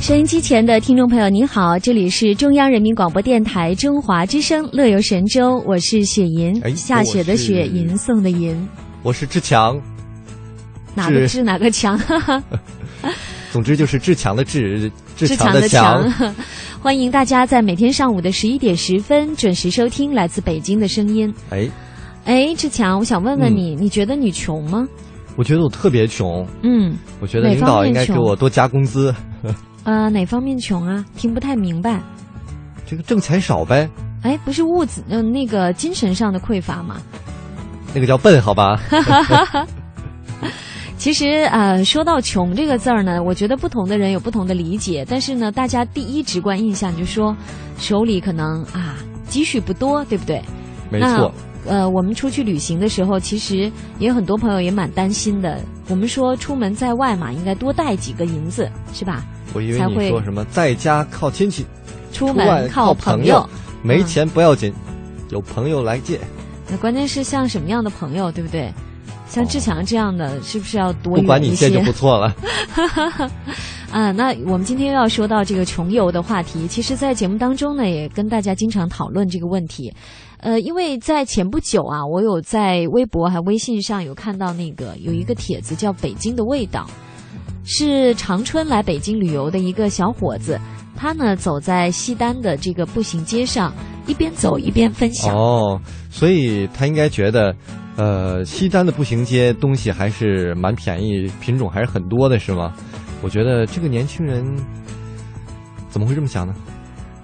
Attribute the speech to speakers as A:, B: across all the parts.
A: 收音机前的听众朋友，您好，这里是中央人民广播电台中华之声《乐游神州》，我是雪银，
B: 哎
A: 下雪的雪，
B: 我是
A: 银送的银，
B: 我是志强，
A: 哪个
B: 是
A: 志哪个强，哈哈，
B: 总之就是志强的志，志
A: 志强
B: 的
A: 强。欢迎大家在每天上午的十一点十分准时收听来自北京的声音。
B: 哎，
A: 哎，志强，我想问问
B: 嗯
A: 你，你觉得你穷吗？
B: 我觉得我特别穷，
A: 嗯，
B: 我觉得
A: 哪
B: 领
A: 方
B: 导
A: 面
B: 应该给
A: 穷
B: 我多加工资，
A: 呃，哪方面穷啊？听不太明白。
B: 这个挣钱少呗，
A: 哎，不是物质，嗯、那个精神上的匮乏吗？
B: 那个叫笨，好 吧？
A: 嗯其实呃，说到“穷”这个字儿呢，我觉得不同的人有不同的理解，但是呢，大家第一直观印象就说手里可能啊积蓄不多，对不对？
B: 没错，
A: 呃，我们出去旅行的时候，其实也有很多朋友也蛮担心的。我们说出门在外嘛，应该多带几个银子，是吧？
B: 我以为
A: 才
B: 你
A: 会
B: 说什么在家靠亲戚，
A: 出
B: 出外
A: 门
B: 靠
A: 朋
B: 朋
A: 友
B: 友，没
A: 嗯
B: 钱不要紧，有朋友来借，
A: 那关键是像什么样的朋友，对不对？像志强这样的，是不是要多
B: 不管
A: 远一
B: 你
A: 些？
B: 借就不错了。
A: 啊，那我们今天要说到这个穷游的话题，其实，在节目当中呢，也跟大家经常讨论这个问题。呃，因为在前不久啊，我有在微博还微信上有看到那个有一个帖子叫《北京的味道》，是长春来北京旅游的一个小伙子，他呢走在西单的这个步行街上，一边走一边分享。
B: 哦，所以他应该觉得，呃，西单的步行街东西还是蛮便宜，品种还是很多的，是吗？我觉得这个年轻人怎么会这么想呢？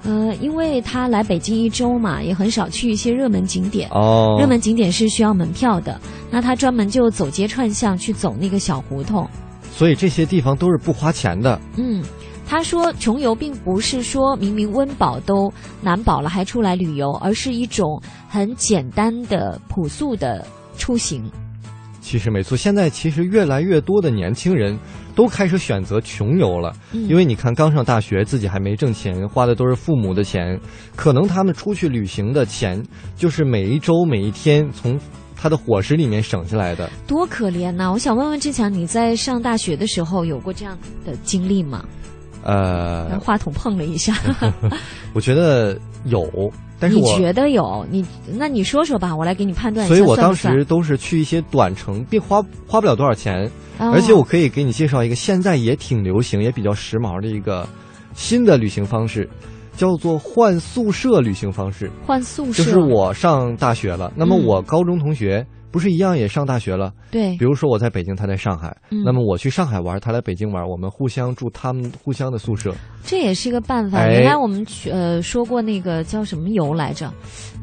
A: 呃，因为他来北京一周嘛，也很少去一些热门景点。
B: 哦，
A: 热门景点是需要门票的，那他专门就走街串巷去走那个小胡同。
B: 所以这些地方都是不花钱的。
A: 嗯，他说穷游并不是说明明温饱都难保了还出来旅游，而是一种很简单的、朴素的出行。
B: 其实没错，现在其实越来越多的年轻人都开始选择穷游了，
A: 嗯
B: 因为你看刚上大学，自己还没挣钱，花的都是父母的钱，可能他们出去旅行的钱就是每一周每一天从他的伙食里面省下来的。
A: 多可怜呐、我想问问志强，你在上大学的时候有过这样的经历吗？
B: 呃，
A: 话筒碰了一下，
B: 我觉得有，但是
A: 你
B: 我
A: 觉得有？你那你说说吧，我来给你判断一下。
B: 所以我
A: 算
B: 当
A: 不算
B: 时都是去一些短程，并花花不了多少钱，
A: 哦
B: 而且我可以给你介绍一个现在也挺流行、也比较时髦的一个新的旅行方式，叫做换宿舍旅行方式。
A: 换宿舍，
B: 就是我上大学了，那么
A: 嗯
B: 我高中同学不是一样也上大学了？
A: 对
B: 比如说我在北京，他在上海，
A: 嗯
B: 那么我去上海玩，他来北京玩，我们互相住他们互相的宿舍。
A: 这也是一个办法。
B: 哎
A: 原来我们去呃说过那个叫什么游来着，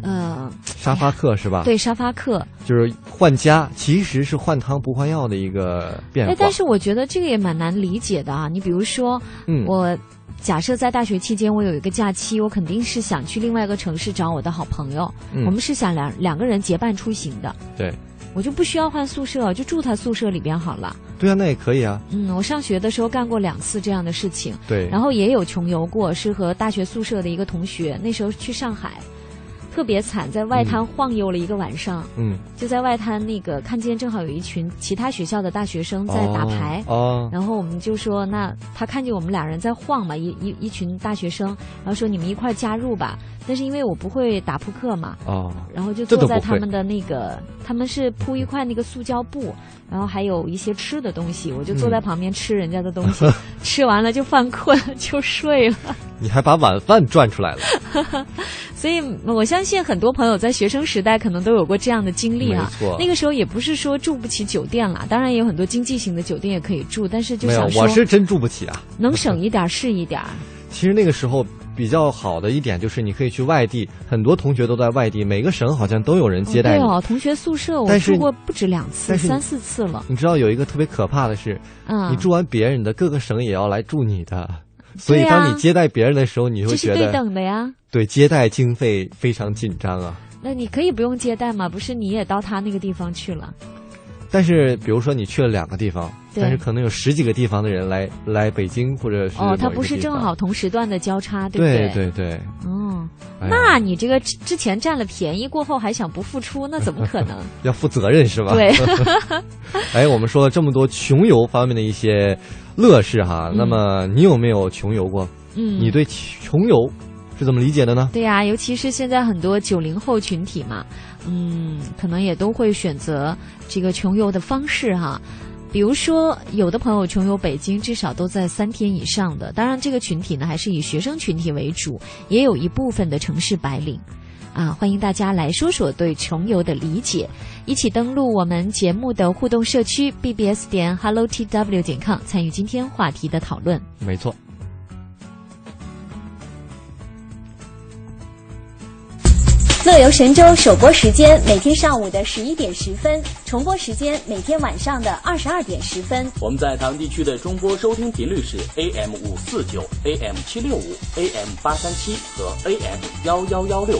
A: 呃，
B: 沙发客是吧？，
A: 对沙发客。
B: 就是换家，其实是换汤不换药的一个变化
A: 哎。，但是我觉得这个也蛮难理解的啊。你比如说，
B: 嗯，
A: 我假设在大学期间我有一个假期，我肯定是想去另外一个城市找我的好朋友，
B: 嗯
A: 我们是想两两个人结伴出行的。
B: 对
A: 我就不需要换宿舍，就住他宿舍里边好了。
B: 对啊，那也可以啊。
A: 嗯，我上学的时候干过两次这样的事情。
B: 对，
A: 然后也有穷游过，是和大学宿舍的一个同学，那时候去上海，特别惨，在外滩晃悠了一个晚上，
B: 嗯，
A: 就在外滩那个看见正好有一群其他学校的大学生在打牌。
B: 哦，哦
A: 然后我们就说，那他看见我们俩人在晃嘛，一一一群大学生，然后说你们一块儿加入吧。但是因为我不会打扑克嘛，
B: 哦，
A: 然后就
B: 这
A: 坐
B: 都
A: 在
B: 不
A: 他
B: 会
A: 们的那个，他们是铺一块那个塑胶布，然后还有一些吃的东西，我就坐在
B: 嗯
A: 旁边吃人家的东 西， 吃完了就犯困就睡了。
B: 你还把晚饭赚出来了，
A: 所以嗯我相信很多朋友在学生时代可能都有过这样的经历
B: 没
A: 啊。
B: 错。
A: 那个时候也不是说住不起酒店啦，当然也有很多经济型的酒店也 可以住，但是就
B: 没有
A: 想，
B: 我
A: 说
B: 是真住不起啊。
A: 能省一点儿是一点儿。
B: 其实那个时候，比较好的一点就是你可以去外地，很多同学都在外地，每个省好像都有人接待
A: 对
B: 你。
A: 哦，同学宿舍我
B: 但是
A: 住过不止两次，
B: 但是你
A: 三四次了。
B: 你知道有一个特别可怕的是，
A: 嗯，
B: 你住完别人的，各个省也要来住你的。所以，
A: 对呀啊
B: 当你接待别人的时候，你
A: 这
B: 会
A: 是
B: 觉
A: 对
B: 得
A: 等的呀。
B: 对接待经费非常紧张啊。
A: 那你可以不用接待嘛？不是你也到他那个地方去了？
B: 但是，比如说你去了两个地方，
A: 对
B: 但是可能有十几个地方的人来来北京或者是某
A: 哦，
B: 一
A: 他
B: 个
A: 不是
B: 地
A: 正
B: 方
A: 好同时段的交叉，对不
B: 对
A: 对
B: 对对，
A: 哦，
B: 哎呀
A: 那你这个之之前占了便宜，过后还想不付出，那怎么可 能？
B: 要负责任是吧？
A: 对，
B: 哎，我们说了这么多穷游方面的一些乐事哈，
A: 嗯
B: 那么你有没有穷游过？
A: 嗯，
B: 你对穷游是怎么理解的呢？
A: 对呀、尤其是现在很多九零后群体嘛，嗯，可能也都会选择这个穷游的方式哈。比如说，有的朋友穷游北京，至少都在三天以上的。当然，这个群体呢，还是以学生群体为主，也有一部分的城市白领。啊，欢迎大家来说说对穷游的理解，一起登录我们节目的互动社区 bbs 点 hello tw 点 com，参与今天话题的讨论。
B: 没错，
C: 乐游神州首播时间每天上午的十一点十分，重播时间每天晚上的二十二点十分。
D: 我们在唐地区的中波收听频率是 AM 五四九、AM 七六五、AM 八三七和 AM 幺幺幺六。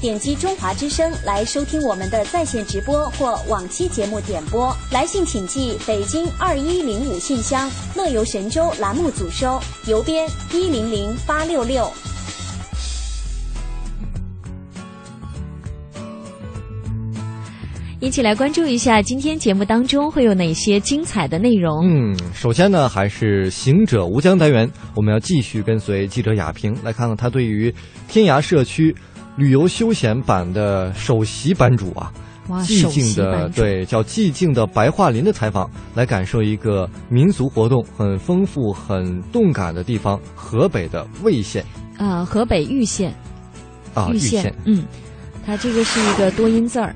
C: 点击中华之声来收听我们的在线直播或往期节目点播。来信请寄北京二一零五信箱“乐游神州”栏目组收，邮编一零零八六六。
A: 一起来关注一下今天节目当中会有哪些精彩的内容。
B: 嗯，首先呢，还是行者无疆单元，我们要继续跟随记者亚平来看看他对于天涯社区旅游休闲版的首席版主啊，
A: 哇，
B: 寂
A: 首
B: 静
A: 席
B: 的
A: 版主，
B: 对叫寂静的白桦林的采访，来感受一个民俗活动很丰富、很动感的地方——河北的魏县
A: 呃，河北玉县，
B: 啊，
A: 玉
B: 玉
A: 县，嗯，它这个是一个多音字儿。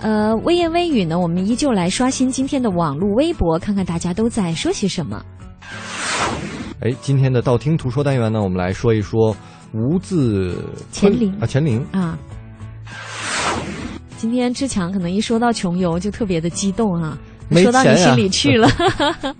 A: 呃，微言微语呢，我们依旧来刷新今天的网络微博，看看大家都在说些什么。
B: 哎，今天的道听途说单元呢，我们来说一说无字
A: 乾
B: 昆
A: 陵
B: 啊，乾陵
A: 啊。今天志强可能一说到穷游就特别的激动啊，
B: 没
A: 说到你
B: 钱呀
A: 心里去了。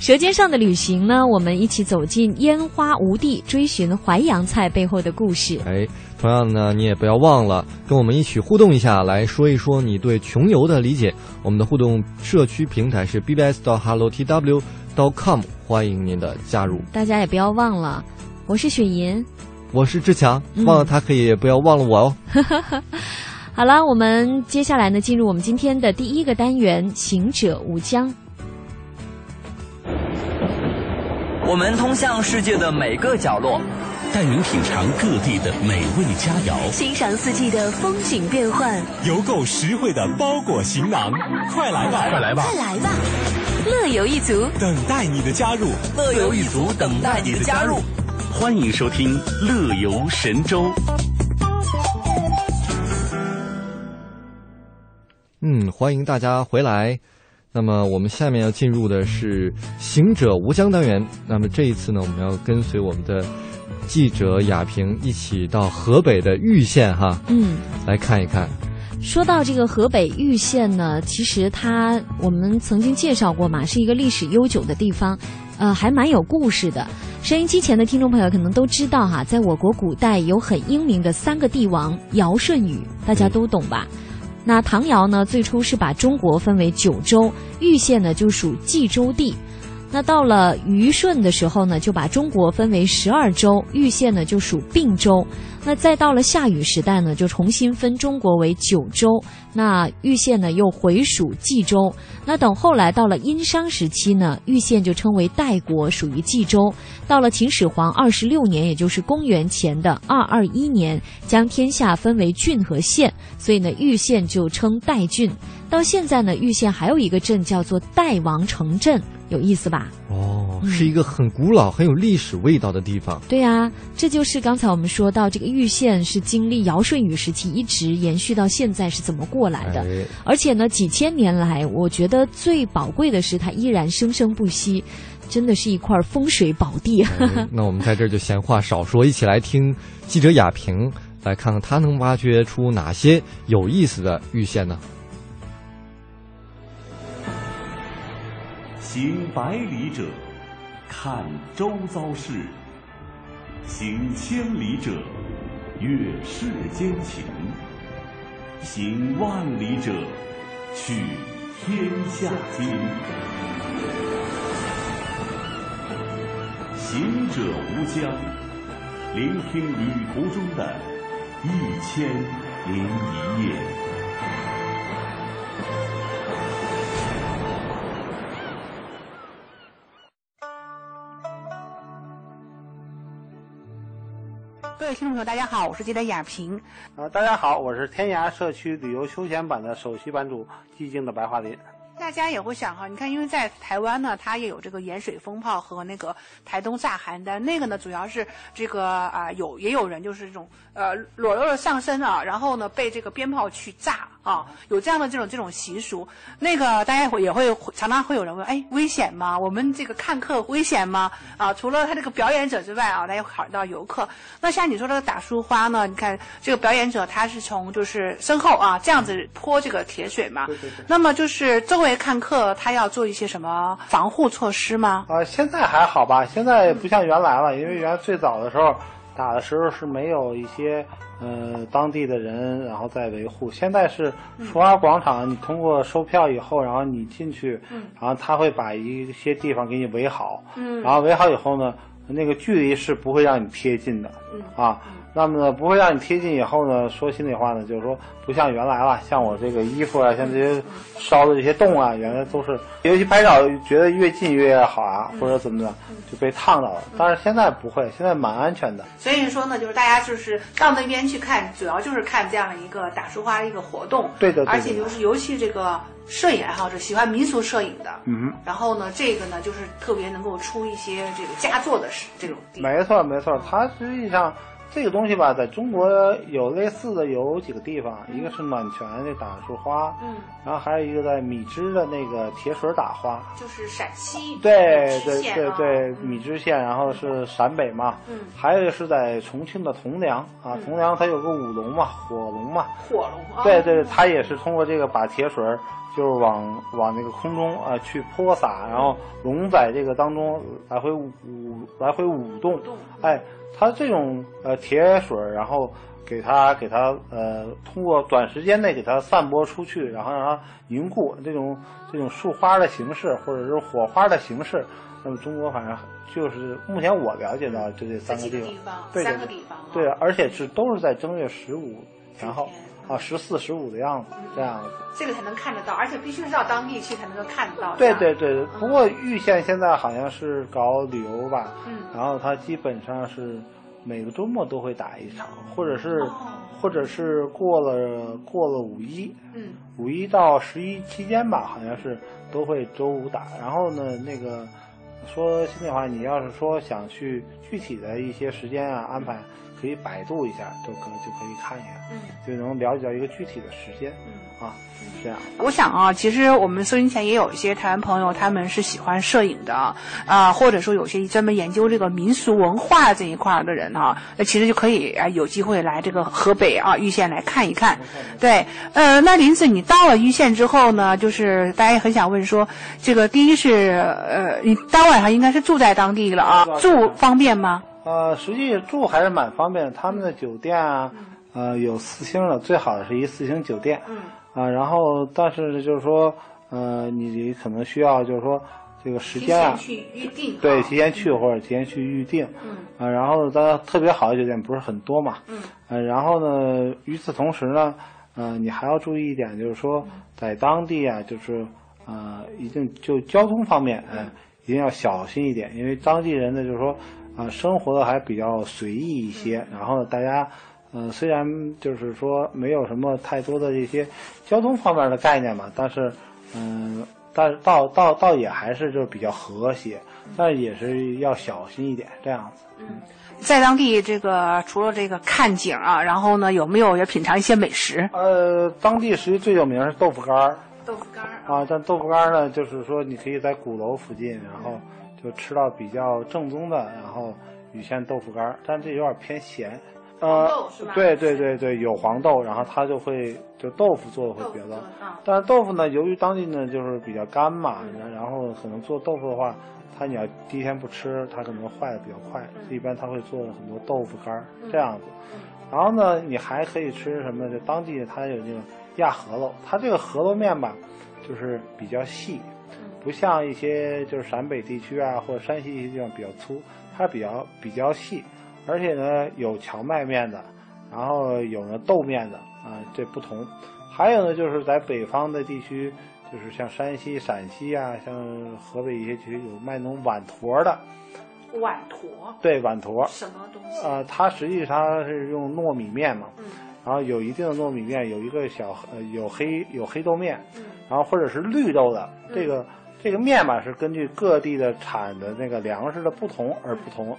A: 舌尖上的旅行呢，我们一起走进烟花无地，追寻淮扬菜背后的故事。
B: 哎，同样呢，你也不要忘了跟我们一起互动一下，来说一说你对穷游的理解。我们的互动社区平台是 bbs 到 hello tw 到 com，欢迎您的加入。
A: 大家也不要忘了，我是雪莹。
B: 我是志强，
A: 嗯
B: 忘了他可以不要忘了我哦。
A: 好了，我们接下来呢，进入我们今天的第一个单元——行者无疆。
E: 我们通向世界的每个角落。
D: 带您品尝各地的美味佳肴，
F: 欣赏四季的风景变幻，
G: 邮购实惠的包裹行囊，快来吧，快来吧，
F: 快来吧，乐游一族。
G: 等待你的加入。
E: 乐游一族等待你的加入。
D: 欢迎收听《乐游神州》。
B: 嗯，欢迎大家回来。那么我们下面要进入的是“行者无疆”单元。那么这一次呢，我们要跟随我们的记者亚平一起到河北的玉县哈，
A: 嗯，
B: 来看一看。
A: 说到这个河北玉县呢，其实它我们曾经介绍过嘛，是一个历史悠久的地方，呃，还蛮有故事的。收音机前的听众朋友可能都知道哈、在我国古代有很英明的三个帝王尧、舜、禹，大家都懂吧？那唐尧呢，最初是把中国分为九州，玉县呢就属冀州地。那到了虞舜的时候呢，就把中国分为十二州，玉县呢就属并州。那再到了夏禹时代呢，就重新分中国为九州，那玉县呢又回属冀州。那等后来到了殷商时期呢，玉县就称为代国，属于冀州。到了秦始皇二十六年，也就是公元前的二二一年，将天下分为郡和县，所以呢，玉县就称代郡。到现在呢，玉县还有一个镇叫做代王城镇，有意思吧？
B: 哦，是一个很古老、很有历史味道的地方。
A: 对呀、这就是刚才我们说到这个玉县是经历尧舜禹时期一直延续到现在是怎么过来的。
B: 哎，
A: 而且呢，几千年来，我觉得最宝贵的是它依然生生不息，真的是一块风水宝地。啊
B: 哎那我们在这儿就闲话少说，一起来听记者雅萍，来看看她能挖掘出哪些有意思的玉县呢？
G: 行百里者，看周遭事；行千里者，阅世间情；行万里者，取天下经。行者无疆，聆听旅途中的一千零一夜。
H: 各位听众朋友，大家好，我是记者雅萍。
I: 呃，大家好，我是天涯社区旅游休闲版的首席版主寂静的白桦林。
H: 大家也会想哈，你看，因为在台湾呢，它也有这个盐水风炮和那个台东炸邯郸，那个呢主要是这个啊、有也有人就是这种呃裸露了上身啊，然后呢被这个鞭炮去炸啊，有这样的这种这种习俗。那个大家也会也会常常会有人问，哎，危险吗？我们这个看客危险吗？啊，除了他这个表演者之外啊，大家会考虑到游客。那像你说这个打书花呢，你看这个表演者他是从就是身后啊这样子泼这个铁水嘛， 那么就是周围看客他要做一些什么防护措施吗？
I: 啊、现在还好吧？现在不像原来了，因为原来最早的时候打的时候是没有一些呃当地的人然后在维护，现在是福华广场，你通过售票以后，然后你进去，然后他会把一些地方给你围好，
H: 嗯
I: 然后围好以后呢，那个距离是不会让你贴近的，
H: 嗯
I: 啊，那么呢不会让你贴近以后呢，说心里话呢，就是说不像原来了，像我这个衣服啊，像这
H: 嗯
I: 些烧的这些洞啊，原来都是，尤其拍照觉得越近越好啊，
H: 嗯
I: 或者怎么的就被烫到了，但是现在不会，现在蛮安全的。
H: 所以说呢，就是大家就是到那边去看，主要就是看这样的一个打书花的一个活动。
I: 对的对的
H: 而且就是尤其这个摄影爱好者喜欢民俗摄影的，
I: 嗯，
H: 然后呢，这个呢就是特别能够出一些这个佳作的事这种地方。
I: 没错没错，它实际上。这个东西吧，在中国有类似的有几个地方，一个是暖泉那打树花，
H: 嗯，
I: 然后还有一个在米脂的那个铁水打花，
H: 就是陕西
I: 对
H: 知
I: 对
H: 县
I: 对嗯
H: 啊
I: 对，米脂县，然后是陕北嘛，
H: 嗯
I: 还有一个是在重庆的铜梁啊，
H: 嗯
I: 铜梁它有个舞龙嘛，火龙嘛，
H: 火龙啊，
I: 对对，它也是通过这个把铁水儿就是往往那个空中啊去泼洒，然后龙在这个当中来回舞来回舞动，
H: 动
I: 哎，它这种呃铁水儿，然后给它给它呃通过短时间内给它散播出去，然后让它凝固，这种这种树花的形式或者是火花的形式，那么中国反正就是目前我了解到这这
H: 这
I: 三
H: 几
I: 个地
H: 个
I: 方
H: 地，方，
I: 对对
H: 三个
I: 对
H: 地方啊，
I: 对，而且是都是在正月十五，然后
H: 天
I: 啊十四、十五的样子，这样子。
H: 这个才能看得到，而且必须是到当地去才能够看得到。
I: 对
H: 是吧
I: 对，对，不过玉县现在好像是搞旅游吧，
H: 嗯
I: 然后它基本上是每个周末都会打一场，或者是、
H: 哦
I: 或者是过了过了五一，
H: 嗯，
I: 五一到十一期间吧，好像是都会周五打。然后呢，那个说心里话，你要是说想去具体的一些时间啊安排，可以百度一下，都可就可以看一下，
H: 嗯
I: 就能了解到一个具体的时间
H: 嗯。
I: 啊，是这样。
H: 我想啊，其实我们收音前也有一些台湾朋友，他们是喜欢摄影的啊，啊，或者说有些专门研究这个民俗文化这一块儿的人哈、啊，那其实就可以啊，有机会来这个河北啊玉县来看一看。对，呃，那林子，你到了玉县之后呢，就是大家也很想问说，这个第一是呃，你当晚上应该是住在当地了啊，住方便吗？
I: 呃，实际住还是蛮方便的，他们的酒店啊，呃，有四星的，最好的是一四星酒店。
H: 嗯
I: 啊、然后但是就是说，呃，你可能需要就是说这个时间啊，
H: 去预定啊
I: 对，提前去或者提前去预定。
H: 嗯
I: 啊、然后它特别好的酒店不是很多嘛。
H: 嗯
I: 呃，然后呢，与此同时呢，呃，你还要注意一点，就是说
H: 嗯
I: 在当地啊，就是呃，一定就交通方面，嗯、一定要小心一呃
H: 嗯
I: 点，因为当地人呢，就是说啊、生活的还比较随意一些，然后大家。嗯，虽然就是说没有什么太多的一些交通方面的概念嘛，但是，嗯，但是倒倒倒也还是就是比较和谐，但是也是要小心一点这样子。嗯，
H: 在当地这个除了这个看景啊，然后呢有没有也品尝一些美食？
I: 呃，当地实际最有名是豆腐干儿。
H: 豆腐干儿哦
I: 啊，但豆腐干儿呢，就是说你可以在鼓楼附近，然后就吃到比较正宗的，然后羽县豆腐干儿，但这有点偏咸。
H: 黄
I: 呃
H: 豆是吧，
I: 对对对对，有黄豆，然后它就会就豆腐做的会比
H: 豆
I: 较多
H: 腐做的啊。
I: 但是豆腐呢，由于当地呢就是比较干嘛，然后可能做豆腐的话，它你要第一天不吃，它可能坏的比较快，一般它会做很多豆腐干儿这样子。然后呢，你还可以吃什么？就当地它有那种压饸饹，它这个饸饹面吧，就是比较细，不像一些就是陕北地区啊或者山西一些地方比较粗，它比较比较细，而且呢有荞麦面的，然后有呢豆面的啊，这不同。还有呢，就是在北方的地区，就是像山西、陕西啊，像河北一些区有卖那种碗坨的，
H: 嗯碗坨
I: 对，碗坨
H: 什么东西？
I: 呃，它实际上是用糯米面嘛，
H: 嗯
I: 然后有一定的糯米面，有一个小呃有黑有黑豆面，
H: 嗯
I: 然后或者是绿豆的，这个这个面吧是根据各地的产的那个粮食的不同而不同，
H: 嗯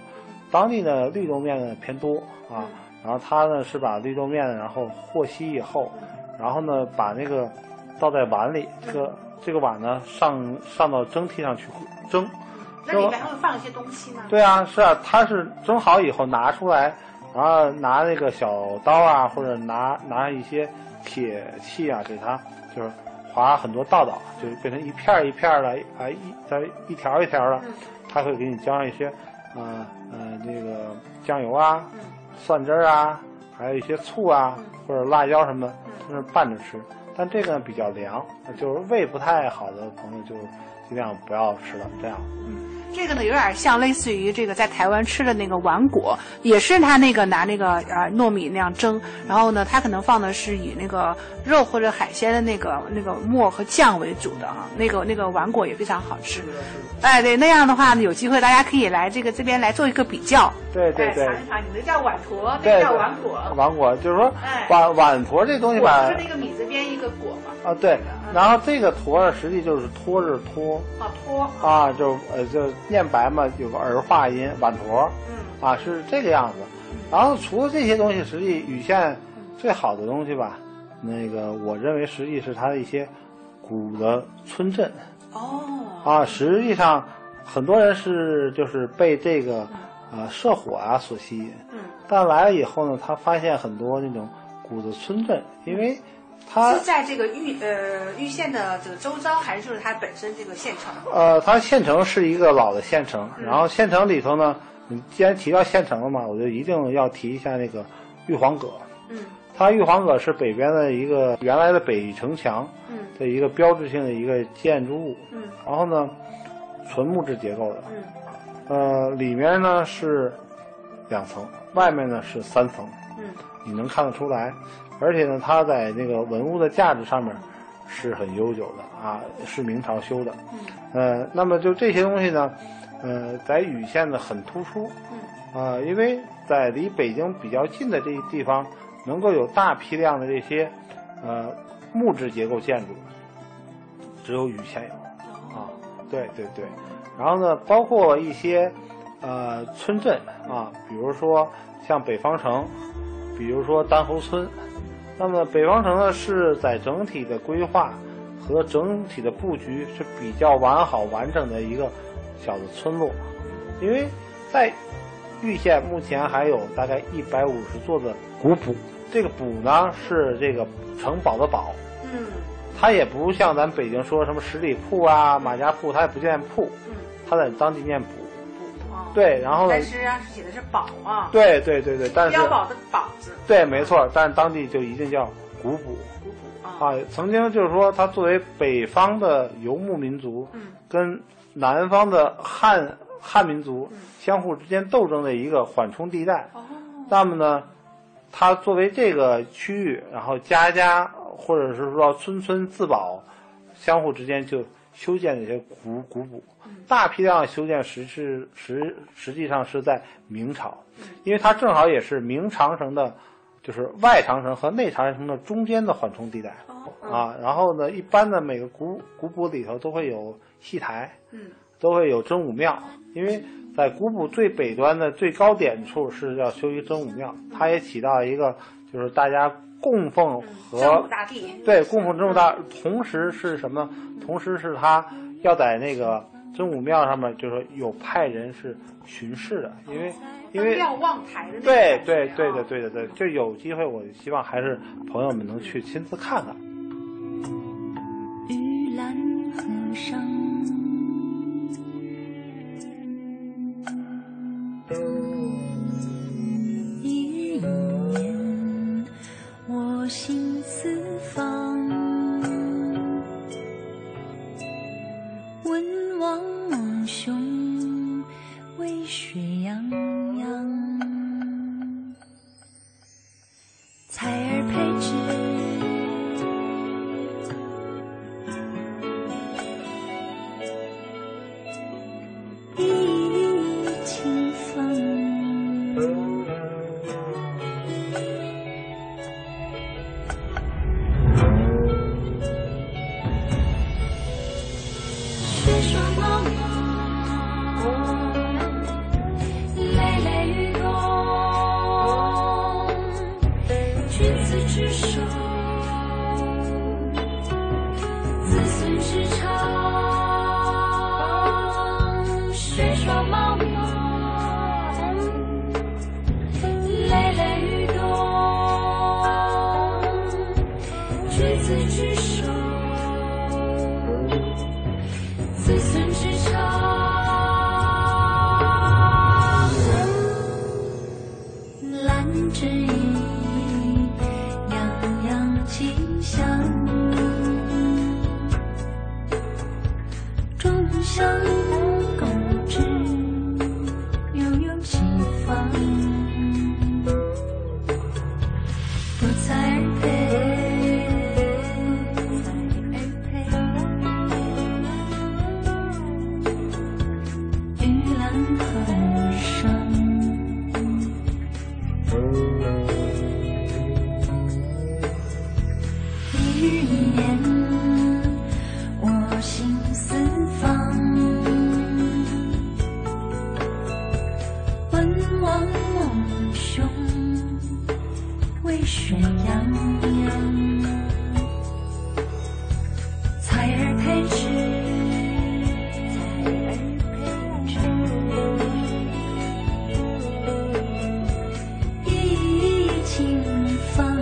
I: 当地呢绿豆面呢偏多啊，然后它呢是把绿豆面然后和稀以后，
H: 嗯
I: 然后呢把那个倒在碗里，这个这个碗呢上上到蒸屉上去蒸，
H: 那里面还会放一些东西吗？
I: 对啊，是啊，它是蒸好以后拿出来，然后拿那个小刀啊，或者拿拿一些铁器啊，给它就是划很多道道，就是变成一片儿一片儿的啊，一它一条一条的，它会给你浇上一些呃呃那个酱油啊、蒜汁儿啊，还有一些醋啊或者辣椒什么的，就是拌着吃。但这个比较凉，就是胃不太好的朋友就尽量不要吃了，这样。
H: 这个呢，有点像类似于这个在台湾吃的那个丸果，也是他那个拿那个呃糯米那样蒸，然后呢，他可能放的是以那个肉或者海鲜的那个那个沫和酱为主的啊，那个那个丸果也非常好吃。哎，对，那样的话呢，有机会大家可以来这个这边来做一个比较。
I: 对对对
H: 哎尝一尝，你的叫碗坨，那
I: 对，
H: 个叫丸果，
I: 碗果就是说
H: 哎
I: 碗碗坨这东西吧
H: 果，就是那个米字边一个果嘛，
I: 啊对，然后这个坨儿实际就是托是托
H: 啊托，
I: 啊，就呃就念白嘛，有个儿化音碗坨，
H: 嗯，
I: 啊是这个样子。然后除了这些东西，实际羽县
H: 嗯
I: 最好的东西吧，那个我认为实际是它的一些古的村镇
H: 哦，
I: 啊，实际上很多人是就是被这个呃社火啊所吸引。
H: 嗯，
I: 但来了以后呢，他发现很多那种古的村镇，因为他
H: 就在这个玉呃玉县的这个周遭，还是就是它本身这个县城。
I: 呃，它县城是一个老的县城，
H: 嗯
I: 然后县城里头呢，你既然提到县城了嘛，我就一定要提一下那个玉皇阁。
H: 嗯
I: 它玉皇阁是北边的一个原来的北城墙
H: 嗯
I: 的一个标志性的一个建筑物，
H: 嗯
I: 然后呢，纯木质结构的，
H: 嗯
I: 呃，里面呢是两层，外面呢是三层。
H: 嗯
I: 你能看得出来，而且呢，它在那个文物的价值上面是很悠久的啊，是明朝修的。呃，那么就这些东西呢，呃，在禹县呢很突出啊、因为在离北京比较近的这些地方，能够有大批量的这些呃木质结构建筑，只有禹县有啊，对对对。然后呢，包括一些呃村镇啊，比如说像北方城，比如说丹侯村。那么北方城呢，是在整体的规划和整体的布局是比较完好完整的一个小的村落，因为在玉县目前还有大概一百五十座的古堡，这个堡呢是这个城堡的堡，
H: 嗯
I: 它也不像咱北京说什么十里铺啊、马家铺，它也不念铺，它在当地念堡。
H: 哦
I: 对，然后呢
H: 但？是啊，写的是宝啊，
I: 对对对对，但是
H: 碉堡的堡字，
I: 对，没错，但是当地就一定叫古堡。
H: 古堡啊，
I: 啊，曾经就是说，它作为北方的游牧民族，
H: 嗯
I: 跟南方的汉汉民族相互之间斗争的一个缓冲地带。
H: 哦，
I: 那么呢，它作为这个区域，然后家家或者是说村村自保，相互之间就修建这些古古堡，
H: 嗯
I: 大批量修建实是
H: 嗯
I: 实实际上是在明朝，因为它正好也是明长城的就是外长城和内长城的中间的缓冲地带
H: 哦
I: 啊。然后呢，一般的每个古古堡里头都会有戏台，
H: 嗯，
I: 都会有真武庙，因为在古堡最北端的最高点处是要修一真武庙，它也起到一个就是大家供奉和
H: 嗯大帝
I: 对供奉真武大，同时是什么？同时是他要在那个真武庙上面，就是有派人是巡视的，因为因为
H: 瞭望台的那种
I: 对
H: 感觉
I: 对对
H: 啊
I: 的对的对，就有机会，我希望还是朋友们能去亲自看看。
C: 玉兰河上，一年我心四方，文王蒙兄为水洋洋，采儿培植。意清风，雪霜茫茫，累累与共。君子之手，子孙之长。雪霜茫茫，累累与共。君子之手，子孙之长。兰之意，洋洋其香。众香共之，悠悠其芳。多采儿佩，玉兰河上。一年，我心四方。文王蒙兄为水洋洋，采儿培植，意清芳。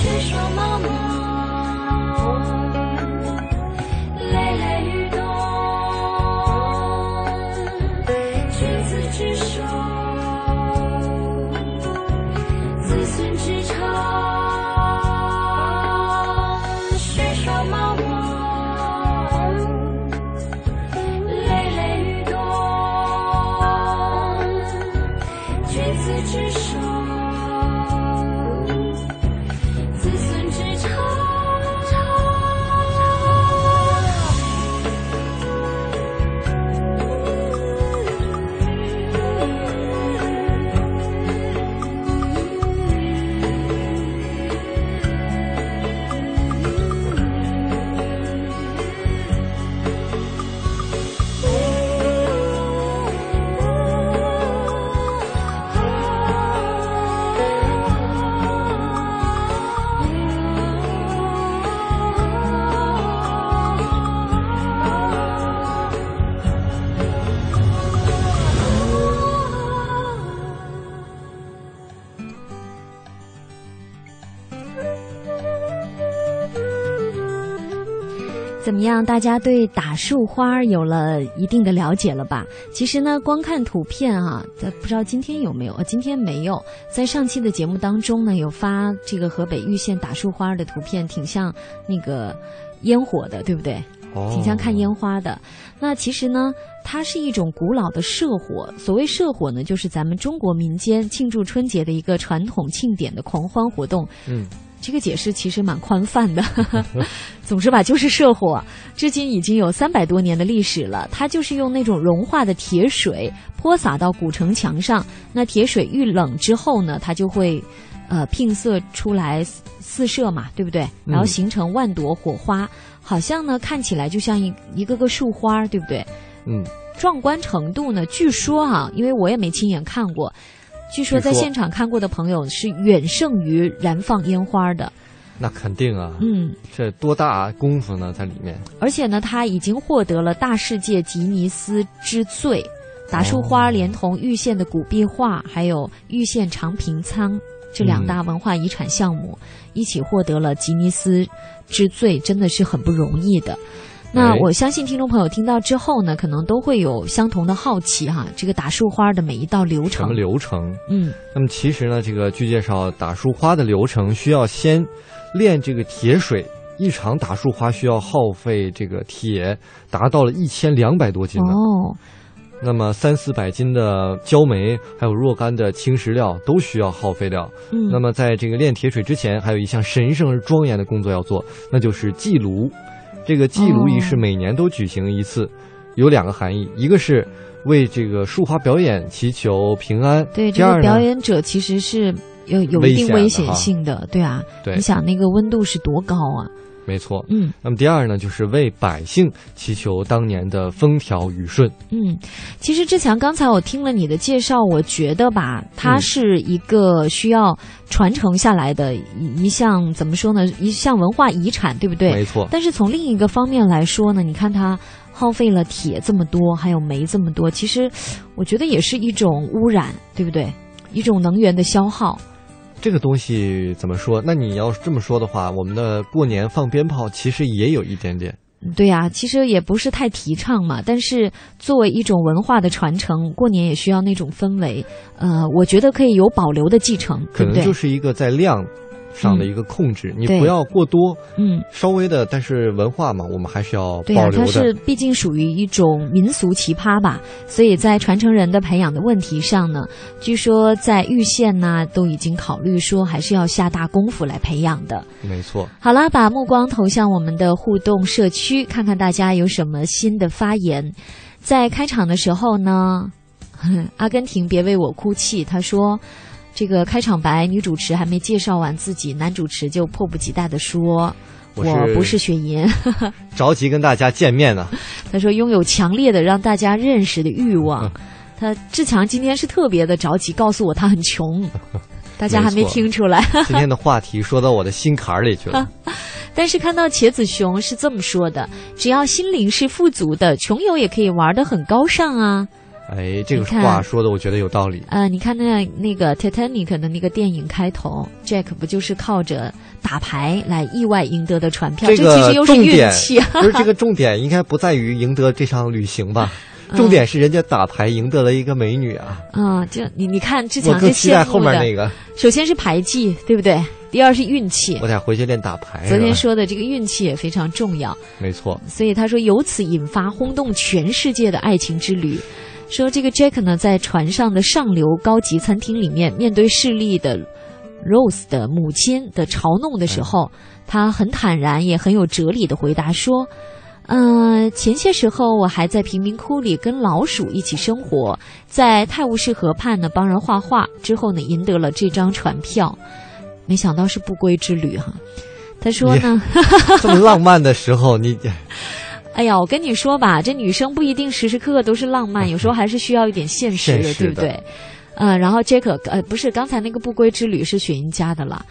C: 雪霜茫茫，累累欲动。君子之手，子孙之长。雪霜茫茫，累累欲动。君子之手。子孙之长。
A: 怎么样？大家对打树花儿有了一定的了解了吧？其实呢，光看图片啊，呃不知道今天有没有？呃，今天没有。在上期的节目当中呢，有发这个河北玉县打树花儿的图片，挺像那个烟火的，对不对？
B: 哦
A: 挺像看烟花的。那其实呢，它是一种古老的社火。所谓社火呢，就是咱们中国民间庆祝春节的一个传统庆典的狂欢活动。
B: 嗯，
A: 这个解释其实蛮宽泛的。 总之吧，就是社火，至今已经有三百多年的历史了。它就是用那种融化的铁水泼洒到古城墙上，那铁水遇冷之后呢，它就会呃拼色出来四四射嘛，对不对？
J: 嗯
A: 然后形成万朵火花，好像呢看起来就像一一个个树花，对不对？
B: 嗯，
A: 壮观程度呢，据说啊，因为我也没亲眼看过，据说在
B: 据说
A: 现场看过的朋友是远胜于燃放烟花的。
B: 那肯定啊，
A: 嗯，
B: 这多大功夫呢，在里面。
A: 而且呢，他已经获得了大世界吉尼斯之最，
B: 哦
A: 打树花连同玉县的古壁画，还有玉县长平仓这两大文化遗产项目，一起获得了吉尼斯之最，真的是很不容易的。那
J: 哎
A: 我相信听众朋友听到之后呢，可能都会有相同的好奇哈，这个打树花的每一道流
B: 什么
A: 程，
B: 流程？
A: 嗯，
B: 那么其实呢，这个据介绍，打树花的流程需要先炼这个铁水。一场打树花需要耗费这个铁达到了一千两百多斤呢。
A: 哦，
B: 那么三四百斤的焦煤，还有若干的青石料都需要耗费掉。
A: 嗯
B: 那么在这个炼铁水之前，还有一项神圣而庄严的工作要做，那就是祭炉。这个祭炉仪式每年都举行一次，有两个含义，一个是为这个树花表演祈求平安，
A: 对，
B: 第
A: 这个
B: 二呢
A: 表演者其实是有有一定危
B: 危
A: 险
B: 险的哈
A: 性的，对啊，
B: 对
A: 你想那个温度是多高啊？
B: 没错，
A: 嗯。
B: 那么第二呢，就是为百姓祈求当年的风调雨顺。
A: 嗯，其实志强，刚才我听了你的介绍，我觉得吧，
B: 嗯
A: 它是一个需要传承下来的一一项怎么说呢？一项文化遗产，对不对？
B: 没错
A: 但是从另一个方面来说呢，你看它耗费了铁这么多，还有煤这么多，其实我觉得也是一种污染，对不对？一种能源的消耗。
B: 这个东西怎么说？那你要是这么说的话，我们的过年放鞭炮其实也有一点点。
A: 嗯对呀、其实也不是太提倡嘛，但是作为一种文化的传承，过年也需要那种氛围。呃，我觉得可以有保留的继承，
B: 可
A: 对不
B: 能
A: 对？
B: 就是一个在量上的一个控制，你
A: 对
B: 不要过多，
A: 嗯，
B: 稍微的，但是文化嘛，我们还是要
A: 对
B: 保
A: 呀、
B: 留
A: 它
B: 的
A: 是。毕竟属于一种民俗奇葩吧，所以在传承人的培养的问题上呢，据说在玉县呢都已经考虑说还是要下大功夫来培养的。
B: 没错，
A: 好了，把目光投向我们的互动社区，看看大家有什么新的发言。在开场的时候呢， 阿根廷别为我哭泣，他说。这个开场白，女主持还没介绍完自己，男主持就迫不及待地说：“
B: 我
A: 我
B: 是
A: 不是雪银。
B: 着急跟大家见面 啊呢、
A: 他说拥有强烈的让大家认识的欲
B: 嗯
A: 望。他志强今天是特别的着急，告诉我他很 穷，大家还没
B: 没错
A: 听出来。
B: 今天的话题说到我的心坎儿里去
A: 啊
B: 了。
A: 但是看到茄子熊是这么说的：只要心灵是富足的，穷游也可以玩得很高尚啊。
B: 哎，这个
A: 你看啊
B: 话说的我觉得有道理。
A: 呃，你看那那个 Titanic 的那个电影开头，Jack 不就是靠着打牌来意外赢得的船票？这其
B: 个
A: 实又是
B: 重
A: 运
B: 点
A: 气。
B: 不是这个重点，应该不在于赢得这场旅行吧？重点是人家打牌赢得了一个美女啊！
A: 嗯，这你你看志
B: 我
A: 强这
B: 更期待
A: 羡
B: 后
A: 慕
B: 面
A: 的，
B: 那个，
A: 首先是牌技，对不对？第二是运气。
B: 我得回去练打牌。
A: 昨天
B: 是吧
A: 说的这个运气也非常重要，
B: 没错，
A: 所以他说由此引发轰动全世界的爱情之旅。说这个 Jack 呢，在船上的上流高级餐厅里面，面对势力的 Rose 的母亲的嘲弄的时候，他很坦然也很有哲理的回答说：“呃，前些时候我还在贫民窟里跟老鼠一起生活，在泰晤士河畔呢帮人画画，之后呢赢得了这张船票，没想到是不归之旅哈。”他说呢，
B: 这么浪漫的时候， 你
A: 哎呀，我跟你说吧，这女生不一定时时刻刻都是浪 漫，有时候还是需要一点现实的，
B: 现实
A: 对
B: 的
A: 不对？呃，然后 Jack 呃不是刚才那个不归之旅是雪英家的 了，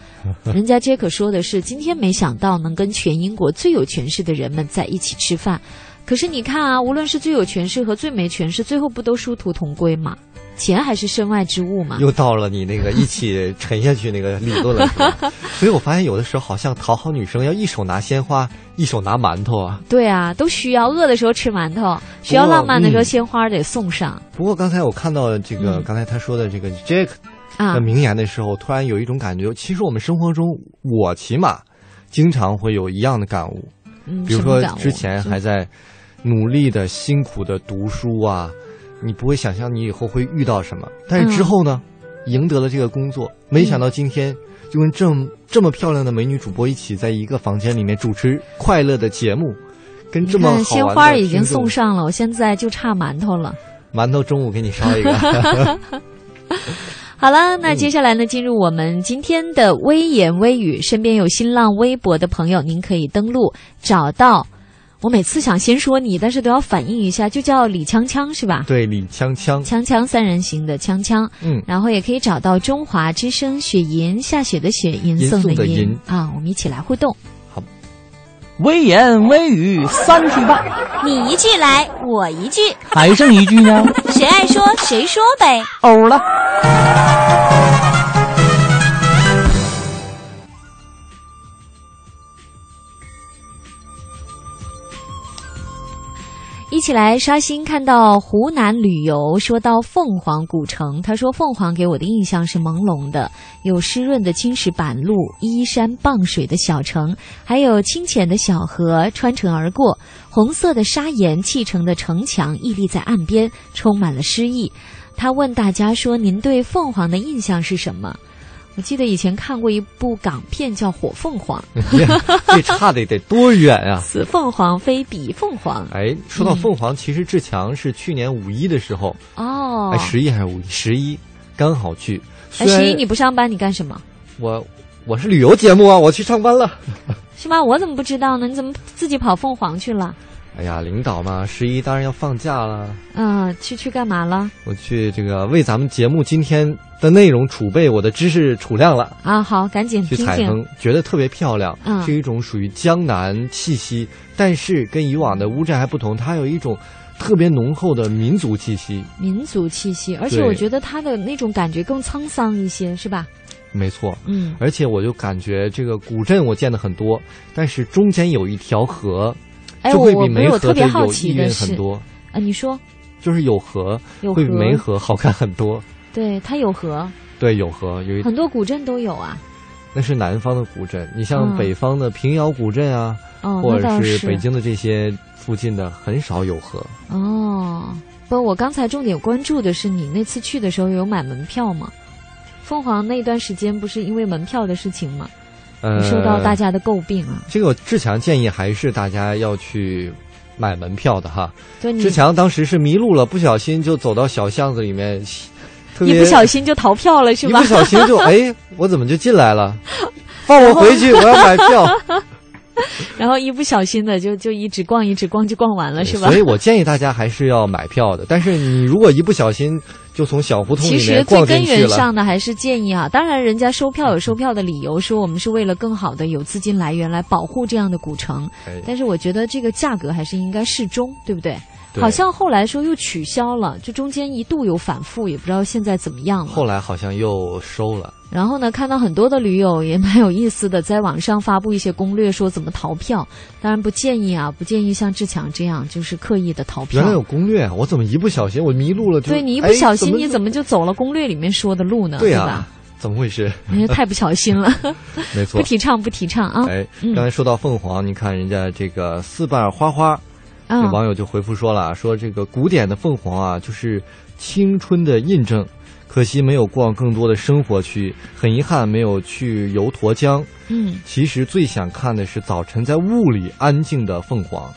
A: 人家 Jack 说的是今天没想到能跟全英国最有权势的人们在一起吃饭，可是你看啊，无论是最有权势和最没权势，最后不都殊途同归吗？钱还是身外之物嘛。
B: 又到了你那个一起沉下去那个理论了，是吧？所以我发现有的时候好像讨好女生要一手拿鲜花，一手拿馒头啊。
A: 对啊，都需要饿的时候吃馒头，需要
B: 不过
A: 浪漫的时候
B: 嗯
A: 鲜花得送上。
B: 不过刚才我看到这
A: 嗯
B: 个，刚才他说的这个 Jack
A: 啊
B: 的名言的时候，突然有一种感觉，其实我们生活中，我起码经常会有一样的感悟。
A: 嗯，
B: 比如
A: 什么
B: 说
A: 感悟
B: 之前
A: 是
B: 还在努力的、辛苦的读书啊，你不会想象你以后会遇到什么，但是之后呢，赢得了这个工作，没想到今天就跟这么这么漂亮的美女主播一起在一个房间里面主持快乐的节目，跟这
A: 你
B: 么好
A: 看
B: 玩的
A: 嗯鲜花已经
B: 听众
A: 送上了，我现在就差馒头了。
B: 馒头中午给你烧 一个。
A: 好了，
B: 嗯
A: 那接下来呢，进入我们今天的微言微语。身边有新浪微博的朋友，您可以登录找到。我每次想先说你，但是都要反应一下，就叫李锵锵是吧？
B: 对，李锵锵，
A: 锵锵三人行的锵锵，
B: 嗯
A: 然后也可以找到中华之声雪银下雪的雪银
B: 银
A: 送
B: 送的
A: 银
B: 银
A: 啊，我们一起来互动。
J: 微言微语三句半，
C: 你一句来，我一句，
J: 还剩一句 呢。
C: 谁爱说谁说呗。
J: 欧了。
A: 一起来刷新，看到湖南旅游说到凤凰古城，他说凤凰给我的印象是朦胧的，有湿润的青石板路、依山傍水的小城，还有清浅的小河穿城而过，红色的砂岩砌成的城墙屹立在岸边，充满了诗意。他问大家说：“您对凤凰的印象是什么？”我记得以前看过一部港片叫《火凤凰》，
B: 这差的得多远啊！
A: 此凤凰非彼凤凰。
B: 哎，说到凤凰，其实志强是去年五一的时候，
A: 嗯哦，
B: 哎，十一还是五一？十一刚好去。
A: 哎，
B: 虽然
A: 十一你不上班，你干什么？
B: 我我是旅游节目啊，我去上班了。
A: 是吗？我怎么不知道呢？你怎么自己跑凤凰去了？
B: 哎呀，领导嘛，十一当然要放假了。
A: 嗯、去去干嘛了？
B: 我去这个为咱们节目今天的内容储备我的知识储量了。
A: 啊，好，赶紧
B: 去
A: 听
B: 采
A: 听
B: 风，。觉得特别漂亮，
A: 嗯
B: 是一种属于江南气息，但是跟以往的乌镇还不同，它有一种特别浓厚的民族气息。
A: 民族气息，而且
B: 对
A: 我觉得他的那种感觉更沧桑一些，是吧？
B: 没错，
A: 嗯
B: 而且我就感觉这个古镇我见的很多，但是中间有一条河，
A: 哎
B: 就会
A: 我
B: 比梅
A: 我
B: 河
A: 特别
B: 的
A: 好
B: 有
A: 奇
B: 意
A: 的
B: 蕴
A: 是
B: 很多，
A: 啊，你说，
B: 就是有河
A: 有
B: 会比梅
A: 河
B: 河好看很多。
A: 对，它有河，
B: 对，有河 有一
A: 很多古镇都有啊。
B: 那是南方的古镇，你像
A: 嗯
B: 北方的平遥古镇啊，
A: 哦
B: 或
A: 那倒
B: 者
A: 是
B: 北京的这些附近的，很少有河。
A: 哦，不，我刚才重点关注的是你那次去的时候有买门票吗？凤凰那段时间不是因为门票的事情吗？
B: 呃，
A: 你受到大家的诟病啊。
B: 这个我志强建议还是大家要去买门票的哈。
A: 对你
B: 志强当时是迷路了，不小心就走到小巷子里面，特别
A: 一不小心就逃票了是
B: 一
A: 吧？
B: 不小心 就哎，我怎么就进来了？放我回去，我要 买票。
A: 然后一不小心的就就一直逛，一直逛就逛完了是吧？
B: 所以我建议大家还是要买票的。但是你如果一不小心就从小胡同
A: 其
B: 里
A: 实
B: 面
A: 最
B: 逛
A: 根
B: 进去
A: 源
B: 了
A: 上，的还是建议啊，当然人家收票有收票的理由，说我们是为了更好的有资金来源来保护这样的古城
B: 哎，
A: 但是我觉得这个价格还是应该适中，对不对？
B: 对
A: 好像后来说又取消了，就中间一度有反复，也不知道现在怎么样了。
B: 后来好像又收了。
A: 然后呢，看到很多的驴友也蛮有意思的，在网上发布一些攻略，说怎么逃票。当然不建议啊，不建议像志强这样就是刻意的逃票。
B: 原来有攻略，啊我怎么一不小心我迷路了就？
A: 对你一
B: 哎
A: 不小心，
B: 怎
A: 你怎么就走了攻略里面说的路呢？
B: 对呀、
A: 吧？
B: 怎么回 事？
A: 人家太不小心了，
B: 没
A: 不
B: 错，
A: 提倡，不提倡啊！
B: 哎
A: 嗯，
B: 刚才说到凤凰，你看人家这个四瓣花花，
A: 啊
B: 有网友就回复说了，说这个古典的凤凰啊，就是青春的印证。可惜没有逛更多的生活区，很遗憾没有去游沱江。
A: 嗯，
B: 其实最想看的是早晨在雾里安静的凤凰。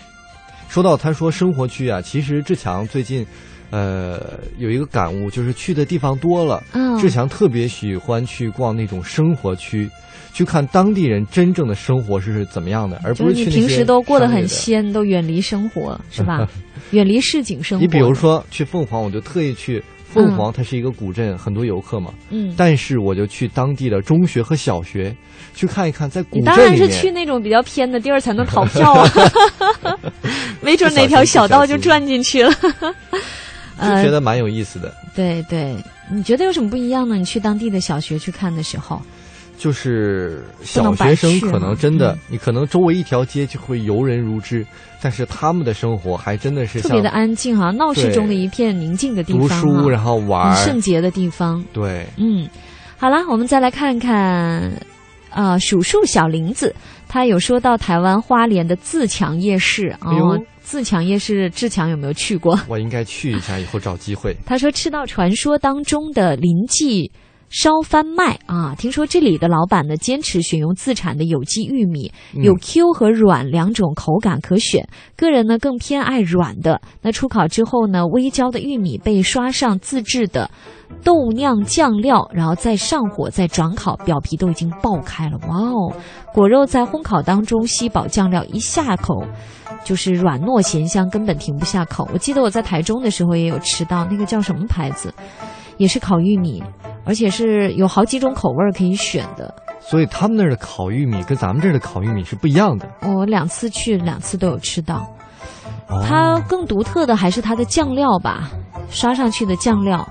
B: 说到他说生活区啊，其实志强最近，呃，有一个感悟，就是去的地方多了，
A: 嗯
B: 志强特别喜欢去逛那种生活区，去看当地人真正的生活是怎么样的，而
A: 就
B: 不是
A: 你
B: 去那
A: 平
B: 些
A: 时都过得很
B: 商业
A: 仙，都远离生活，是 吧？远离市井生活。
B: 的。你比如，说去凤凰，我就特意去凤凰，它是一个古镇，很多游客嘛，
A: 嗯，
B: 但是我就去当地的中学和小学去看一看，在古
A: 你
B: 镇
A: 当
B: 里
A: 然是
B: 面
A: 去那种比较偏的地儿才能 逃票啊，没准哪条小道就转进去 了。呃
B: 就觉得蛮有意思的。
A: 对对，你觉得有什么不一样呢？你去当地的小学去看的时候，
B: 就是小学生可能真
A: 嗯
B: 的，你可能周围一条街就会游人如织，但是他们的生活还真的是
A: 特别
B: 像
A: 的安静哈、闹市
B: 对
A: 中的一片宁静的地
B: 读
A: 方、啊，
B: 书然后玩
A: 很
B: 儿
A: 圣洁的地方。
B: 对，
A: 嗯，好啦，我们再来看看，呃，数数小林子，他有说到台湾花莲的自强夜市
B: 哎
A: 哦
B: 呦，
A: 自强夜市，志强有没有去过？
B: 我应该去一下，以后找机会。
A: 他说吃到传说当中的林记烧番麦啊。听说这里的老板呢，坚持选用自产的有机玉米，有
K: 嗯
A: Q 和软两种口感可选。个人呢更偏爱软的。那出烤之后呢，微焦的玉米被刷上自制的豆酿酱料，然后再上火再转烤，表皮都已经爆开了。哇哦！果肉在烘烤当中吸饱酱料，一下口就是软糯咸香，根本停不下口。我记得我在台中的时候也有吃到那个叫什么牌子，也是烤玉米，而且是有好几种口味儿可以选的。
B: 所以他们那儿的烤玉米跟咱们这儿的烤玉米是不一样的。
A: 我两次去，两次都有吃到。
B: 哦
A: 它更独特的还是它的酱料吧，刷上去的酱料，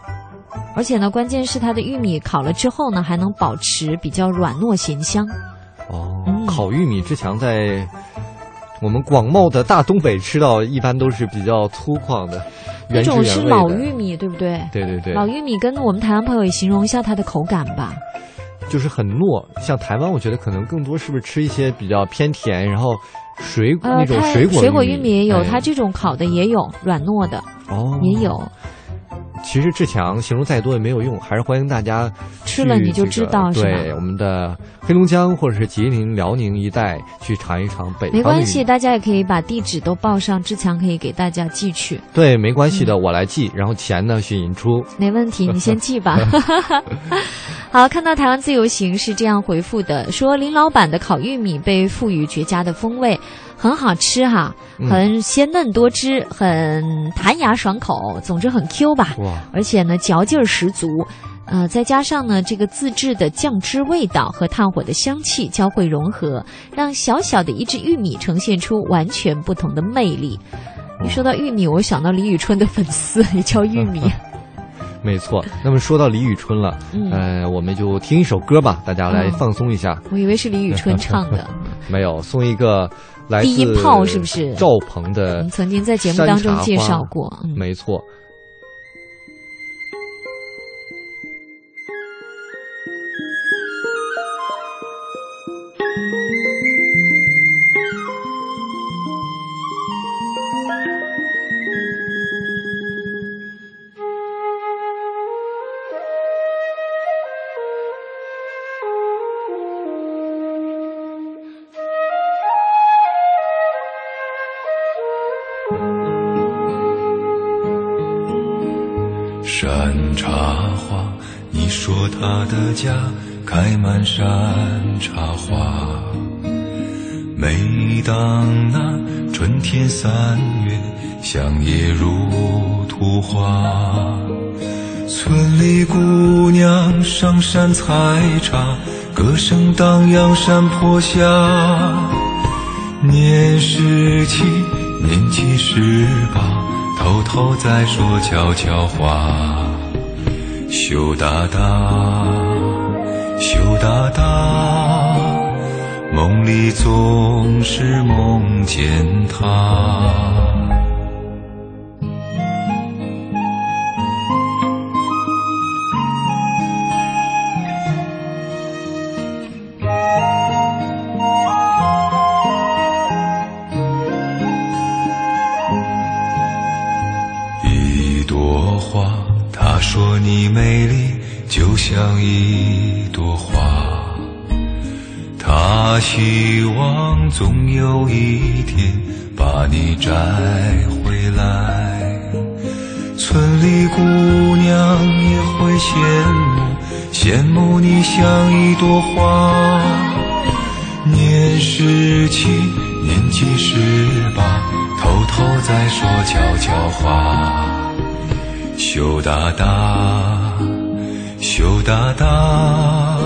A: 而且呢，关键是它的玉米烤了之后呢，还能保持比较软糯咸香。
B: 哦，
A: 嗯
B: 烤玉米之前在我们广袤的大东北吃到，一般都是比较粗犷的，
A: 那
B: 原汁
A: 种
B: 原
A: 是
B: 味的。
A: 老玉米，对不对？
B: 对对对，
A: 老玉米跟我们台湾朋友也形容一下它的口感吧。
B: 就是很糯。像台湾，我觉得可能更多是不是吃一些比较偏甜，然后水、
A: 呃，
B: 那种
A: 它
B: 水果
A: 玉米也有，
B: 哎
A: 它这种烤的也有，软糯的
B: 哦
A: 也有。
B: 其实志强形容再多也没有用，还是欢迎大家
A: 吃
B: 去
A: 了你就
B: 这
A: 知
B: 个
A: 道是吧
B: 对我们的黑龙江或者是吉林、辽宁一带去尝一尝北方的
A: 没关
B: 玉
A: 系，
B: 米
A: 大家也可以把地址都报上，志强可以给大家寄去，
B: 对，没关系的，我来记，然后钱呢是引出。
A: 没问题，你先寄 吧。好，看到台湾自由行是这样回复的，说林老板的烤玉米被赋予绝佳的风味，很好吃哈，
K: 嗯
A: 很鲜嫩多汁，很弹牙爽口，总之很 Q 吧。
B: 哇，
A: 而且呢嚼劲儿十足。呃，再加上呢，这个自制的酱汁味道和炭火的香气交汇融合，让小小的一只玉米呈现出完全不同的魅力。一说到玉米，我想到李宇春的粉丝也叫玉米。
B: 没错。那么说到李宇春了，
A: 嗯
B: 呃，我们就听一首歌吧，大家来
A: 嗯
B: 放松一下。
A: 我以为是李宇春唱的。
B: 没有，送一个来
A: 低音
B: 自
A: 炮是不是
B: 赵鹏的山茶花？
A: 我们曾经在节目当中介绍过嗯
B: 没错。
L: 山茶花，你说它的家开满山茶花。每当那春天三月，香叶如图画。村里姑娘上山采茶，歌声荡漾山坡下。年十七，年七十八，偷偷在说悄悄话。羞答答，羞答答，梦里总是梦见他。一朵花，他说你美丽就像一朵花，他希望总有一天把你摘回来。村里姑娘也会羡慕，羡慕你像一朵花。年十七，年七十八，偷偷在说悄悄话。羞答答，羞答答，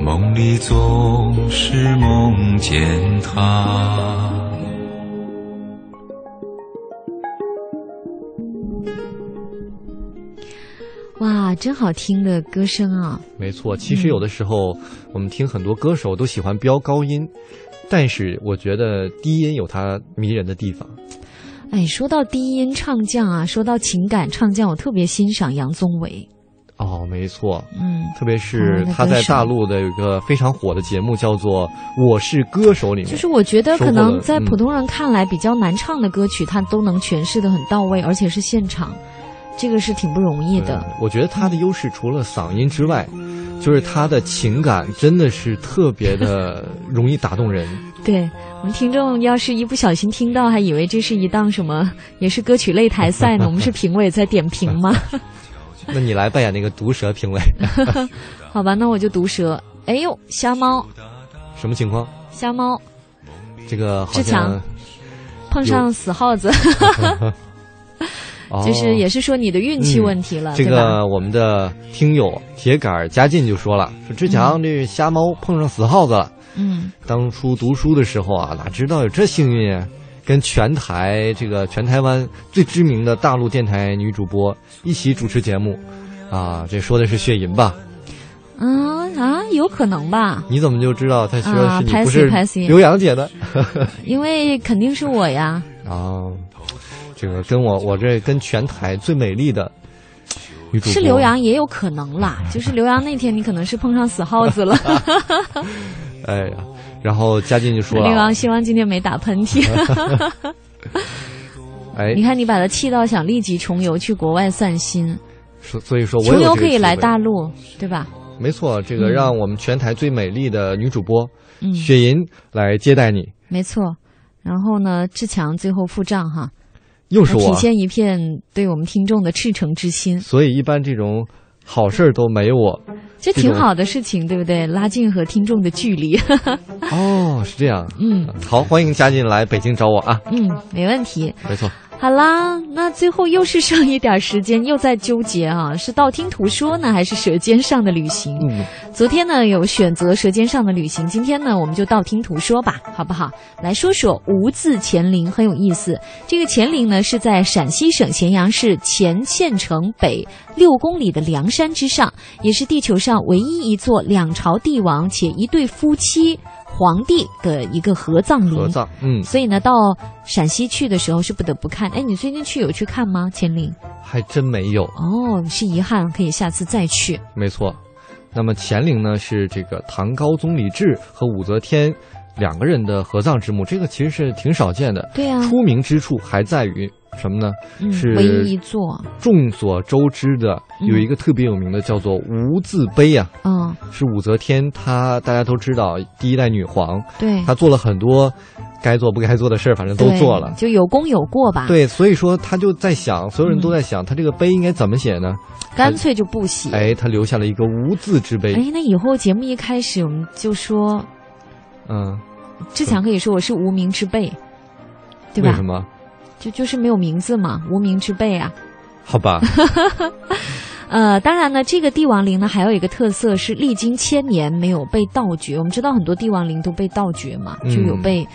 L: 梦里总是梦见他。
A: 哇，真好听的歌声啊！
B: 没错，其实有的时候、
A: 嗯
B: 我们听很多歌手都喜欢飙高音，但是我觉得低音有它迷人的地方。
A: 哎，说到低音唱将啊，说到情感唱将，我特别欣赏杨宗纬。
B: 哦，没错，
A: 嗯
B: 特别
A: 嗯
B: 是
A: 那
B: 他
A: 歌
B: 在
A: 手
B: 大陆的有一个非常火的节目叫做《我是歌手》里面，
A: 就是我觉得可
B: 收获
A: 能
B: 了
A: 在
B: 嗯
A: 普通人看来比较难唱的歌曲，他都能诠释的很到位，而且是现场。这个是挺不容易的。
B: 嗯我觉得他的优势除了嗓音之外，就是他的情感真的是特别的 容易打动人。
A: 对我们听众要是一不小心听到，还以为这是一档什么也是歌曲擂台赛呢，我们是评委在点评 吗？
B: 那你来扮演那个毒 蛇评委，
A: 好吧，那我就毒蛇。哎呦，瞎猫，
B: 什么情况？
A: 瞎猫
B: 这个好
A: 志强
B: 像
A: 碰上死耗子，
B: 哦嗯
A: 就是也是说你的运气问题了，
B: 这
A: 对吧？
B: 个我们的听友铁杆嘉进就说了，说志强这瞎猫碰上死耗子了。
A: 嗯，
B: 当初读书的时候啊，哪知道有这幸运啊！跟全台这个全台湾最知名的大陆电台女主播一起主持节目，啊，这说的是血银吧？
A: 嗯啊，有可能吧，
B: 你怎么就知道她说的
A: 啊
B: 是你
A: 拍
B: 不
A: 戏
B: 是
A: 拍戏
B: 刘洋姐的？
A: 因为肯定是我呀。
B: 啊，这个跟我我这跟全台最美丽的女主播
A: 是刘洋也有可能 啦，就是刘洋那天你可能是碰上死耗子了。
B: 啊哎呀，然后嘉靖就 说
A: 刘
B: 了啊
A: 洋，希望今天没打喷 嚏。
B: 哎
A: 你，看，你把他气到想立即穷游去国外散心，
B: 所所以说我
A: 穷游
B: 有这
A: 可
B: 个
A: 以
B: 机
A: 来
B: 会
A: 大陆，对吧？
B: 没错，这个
A: 嗯
B: 让我们全台最美丽的女主播、
A: 嗯
B: 雪银来接待你，
A: 没错。然后呢，志强最后付账哈，
B: 又是我
A: 体，现一片对我们听众的赤诚之心，
B: 所以一般这种好事儿都没我。
A: 这
B: 这
A: 挺
B: 种
A: 好的事情，对不对？拉近和听众的距离。
B: 哦，是这样，
A: 嗯
B: 好，欢迎嘉进来北京找我啊，
A: 嗯，没问题。
B: 没错，
A: 好啦，那最后又是剩一点时间，又在纠结啊，是道听途说呢，还是舌尖上的旅行？
B: 嗯，
A: 昨天呢有选择《舌尖上的旅行》，今天呢我们就道听途说吧，好不好？来说说无字乾陵，很有意思。这个乾陵呢是在陕西省咸阳市乾县城北六公里的梁山之上，也是地球上唯一一座两朝帝王且一对夫妻皇帝的一个合葬陵。
B: 合葬，嗯，
A: 所以呢，到陕西去的时候是不得不看。哎，你最近去有去看吗？乾陵？
B: 还真没有，
A: 哦，是遗憾，可以下次再去。
B: 没错。那么乾陵呢，是这个唐高宗李治和武则天两个人的合葬之墓，这个其实是挺少见的。
A: 对啊
B: 出名之处还在于什么呢？
A: 嗯
B: 是
A: 唯一一座
B: 众所周知的
A: 嗯
B: 有一个特别有名的叫做无字碑啊，
A: 嗯，
B: 是武则天她大家都知道第一代女皇，
A: 对
B: 她做了很多该做不该做的事儿，反正都
A: 对
B: 做了。
A: 就有功有过吧。，
B: 对，所以说她就在想，所有人都
A: 嗯
B: 在想，她这个碑应该怎么写呢？
A: 干脆就不写。
B: 哎，她留下了一个无字之碑。
A: 哎那以后节目一开始我们就说，
B: 嗯，
A: 志强可以说我是无名之辈，对吧？
B: 为什么？
A: 就就是没有名字嘛，无名之辈啊。
B: 好吧，
A: 呃，当然呢，这个帝王陵呢还有一个特色是历经千年没有被盗掘。我们知道很多帝王陵都被盗掘嘛，
B: 嗯
A: 就有被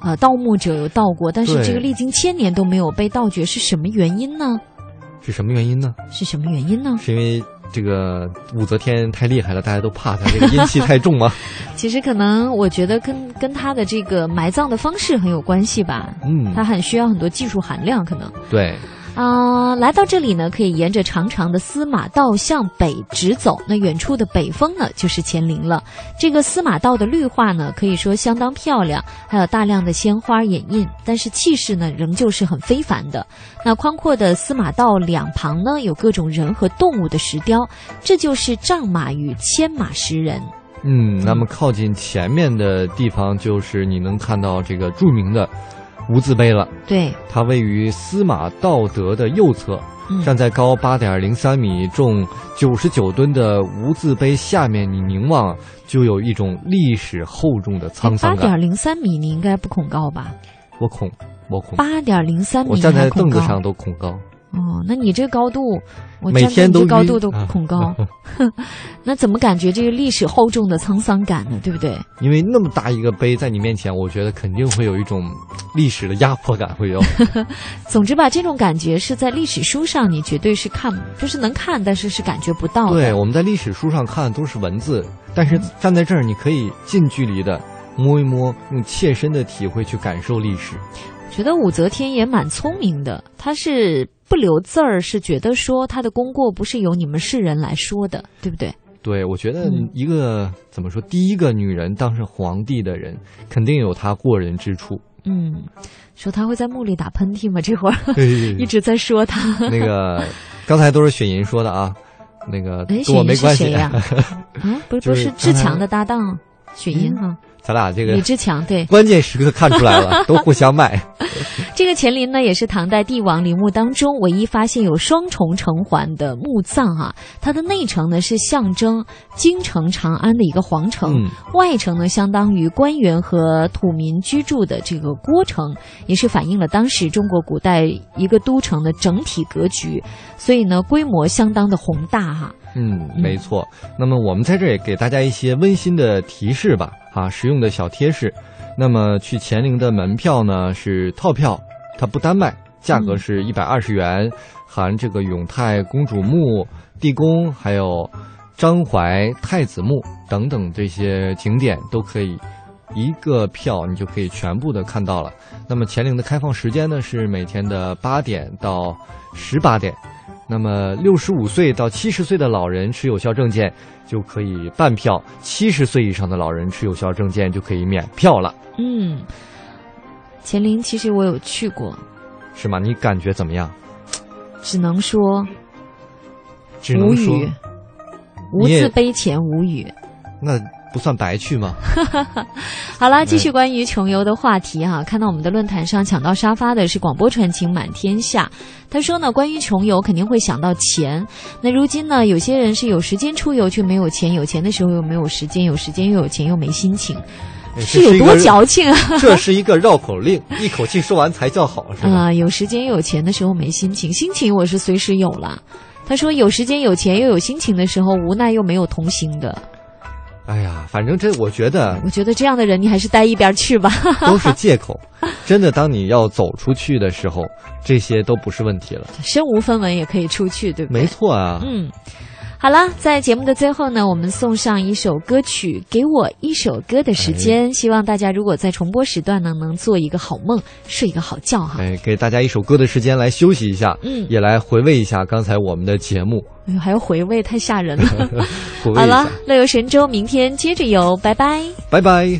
A: 呃盗墓者有盗过，但是
B: 对
A: 这个历经千年都没有被盗掘，是什么原因呢？
B: 是什么原因呢？
A: 是什么原因呢？
B: 是因为这个武则天太厉害了，大家都怕她，这个阴气太 重吗？
A: 其实可能我觉得跟跟他的这个埋葬的方式很有关系吧。
B: 嗯
A: 他很需要很多技术含量，可能。
B: 对，
A: 啊、来到这里呢，可以沿着长长的司马道向北直走。那远处的北峰呢，就是乾陵了。这个司马道的绿化呢，可以说相当漂亮，还有大量的鲜花掩映，但是气势呢，仍旧是很非凡的。那宽阔的司马道两旁呢，有各种人和动物的石雕，这就是丈马与牵马石人。
B: 嗯，那么靠近前面的地方就是你能看到这个著名的无字碑了。
A: 对，
B: 它位于司马道德的右侧，
A: 嗯
B: 站在高八点零三米、重九十九吨的无字碑下面，你凝望就有一种历史厚重的沧
A: 八
B: 桑
A: 点
B: 感。
A: 零三米，你应该不恐高吧？
B: 我恐，我恐，
A: 八点零三米，
B: 我站在凳子上。都恐高。
A: 哦，那你这高度，我
B: 每
A: 站在
B: 天
A: 你
B: 都
A: 这高
B: 晕啊
A: 度都恐高， 那怎么感觉这个历史厚重的沧桑感呢？对不对？
B: 因为那么大一个碑在你面前，我觉得肯定会有一种历史的压迫感，会 有。
A: 总之吧，这种感觉是在历史书上你绝对是看，就是能看，但是是感觉不到的。
B: 对，我们在历史书上看都是文字，但是站在这儿，你可以近距离的摸一摸，用切身的体会去感受历史。
A: 觉得武则天也蛮聪明的，她是不留字儿，是觉得说她的功过不是由你们世人来说的，对不对？
B: 对，我觉得
A: 嗯
B: 一个、怎么说，第一个女人当上皇帝的人，肯定有她过人之处。
A: 嗯，说他会在墓里打喷嚏吗？这会儿
B: 对对 对
A: 一直在说他。
B: 那个刚才都是雪银说的啊，那个
A: 哎，雪
B: 跟我没
A: 莹
B: 关
A: 是
B: 系
A: 谁呀、啊，不是
B: 就
A: 不
B: 是
A: 是
B: 刚
A: 志强
B: 才
A: 的搭档雪莹哈、
B: 咱俩这个嗯
A: 李志强对
B: 关键时刻看出来了，都互 相卖。
A: 这个乾陵呢，也是唐代帝王陵墓当中唯一发现有双重城环的墓葬哈、它的内城呢是象征京城长安的一个皇城，
K: 嗯
A: 外城呢相当于官员和土民居住的这个郭城，也是反映了当时中国古代一个都城的整体格局，所以呢规模相当的宏大哈、
B: 嗯，没错。那么我们在这儿也给大家一些温馨的提示吧，啊，实用的小贴士。那么去乾陵的门票呢是套票，它不单卖，价格是一百二十元，含这个永泰公主墓、地宫，还有张怀太子墓等等这些景点都可以。一个票你就可以全部的看到了。那么乾陵的开放时间呢是每天的八点到十八点，那么六十五岁到七十岁的老人持有效证件就可以半票，七十岁以上的老人持有效证件就可以免票了，
A: 嗯，乾陵其实我有去过，
B: 是吗？你感觉怎么样？
A: 只能说
B: 只能说
A: 无语，无
B: 你也
A: 字碑前无语。
B: 那不算白去 吗？
A: 好啦，继续关于穷游的话题
B: 嗯
A: 哈、看到我们的论坛上抢到沙发的是广播传情满天下，他说呢，关于穷游肯定会想到钱。那如今呢，有些人是有时间出游却没有钱，有钱的时候又没有时间，有时间又有钱又没心情，
B: 哎
A: 是
B: 这
A: 有
B: 一个
A: 多矫情啊？
B: 这是一个绕口令，一口气说完才叫好，是 吧？
A: 啊、有时间有钱的时候没心情，心情我是随时有了。他说有时间有钱又有心情的时候，无奈又没有同行的。
B: 哎呀，反正这我觉得
A: 我觉得这样的人，你还是待一边去吧。
B: 都是借口。真的，当你要走出去的时候，这些都不是问题了。
A: 身无分文也可以出去，对不对？
B: 没错啊，
A: 嗯，好了，在节目的最后呢，我们送上一首歌曲，《给我一首歌的时间》。
B: 哎
A: 希望大家如果在重播时段呢，能做一个好梦，睡一个好觉哈。
B: 哎，给大家一首歌的时间来休息一下，
A: 嗯
B: 也来回味一下刚才我们的节目。
A: 哎呦，还要回味，太吓人了。
B: 回味
A: 好
B: 一下
A: 了，，乐游神州，明天接着游，拜拜。
B: 拜拜。
G: 一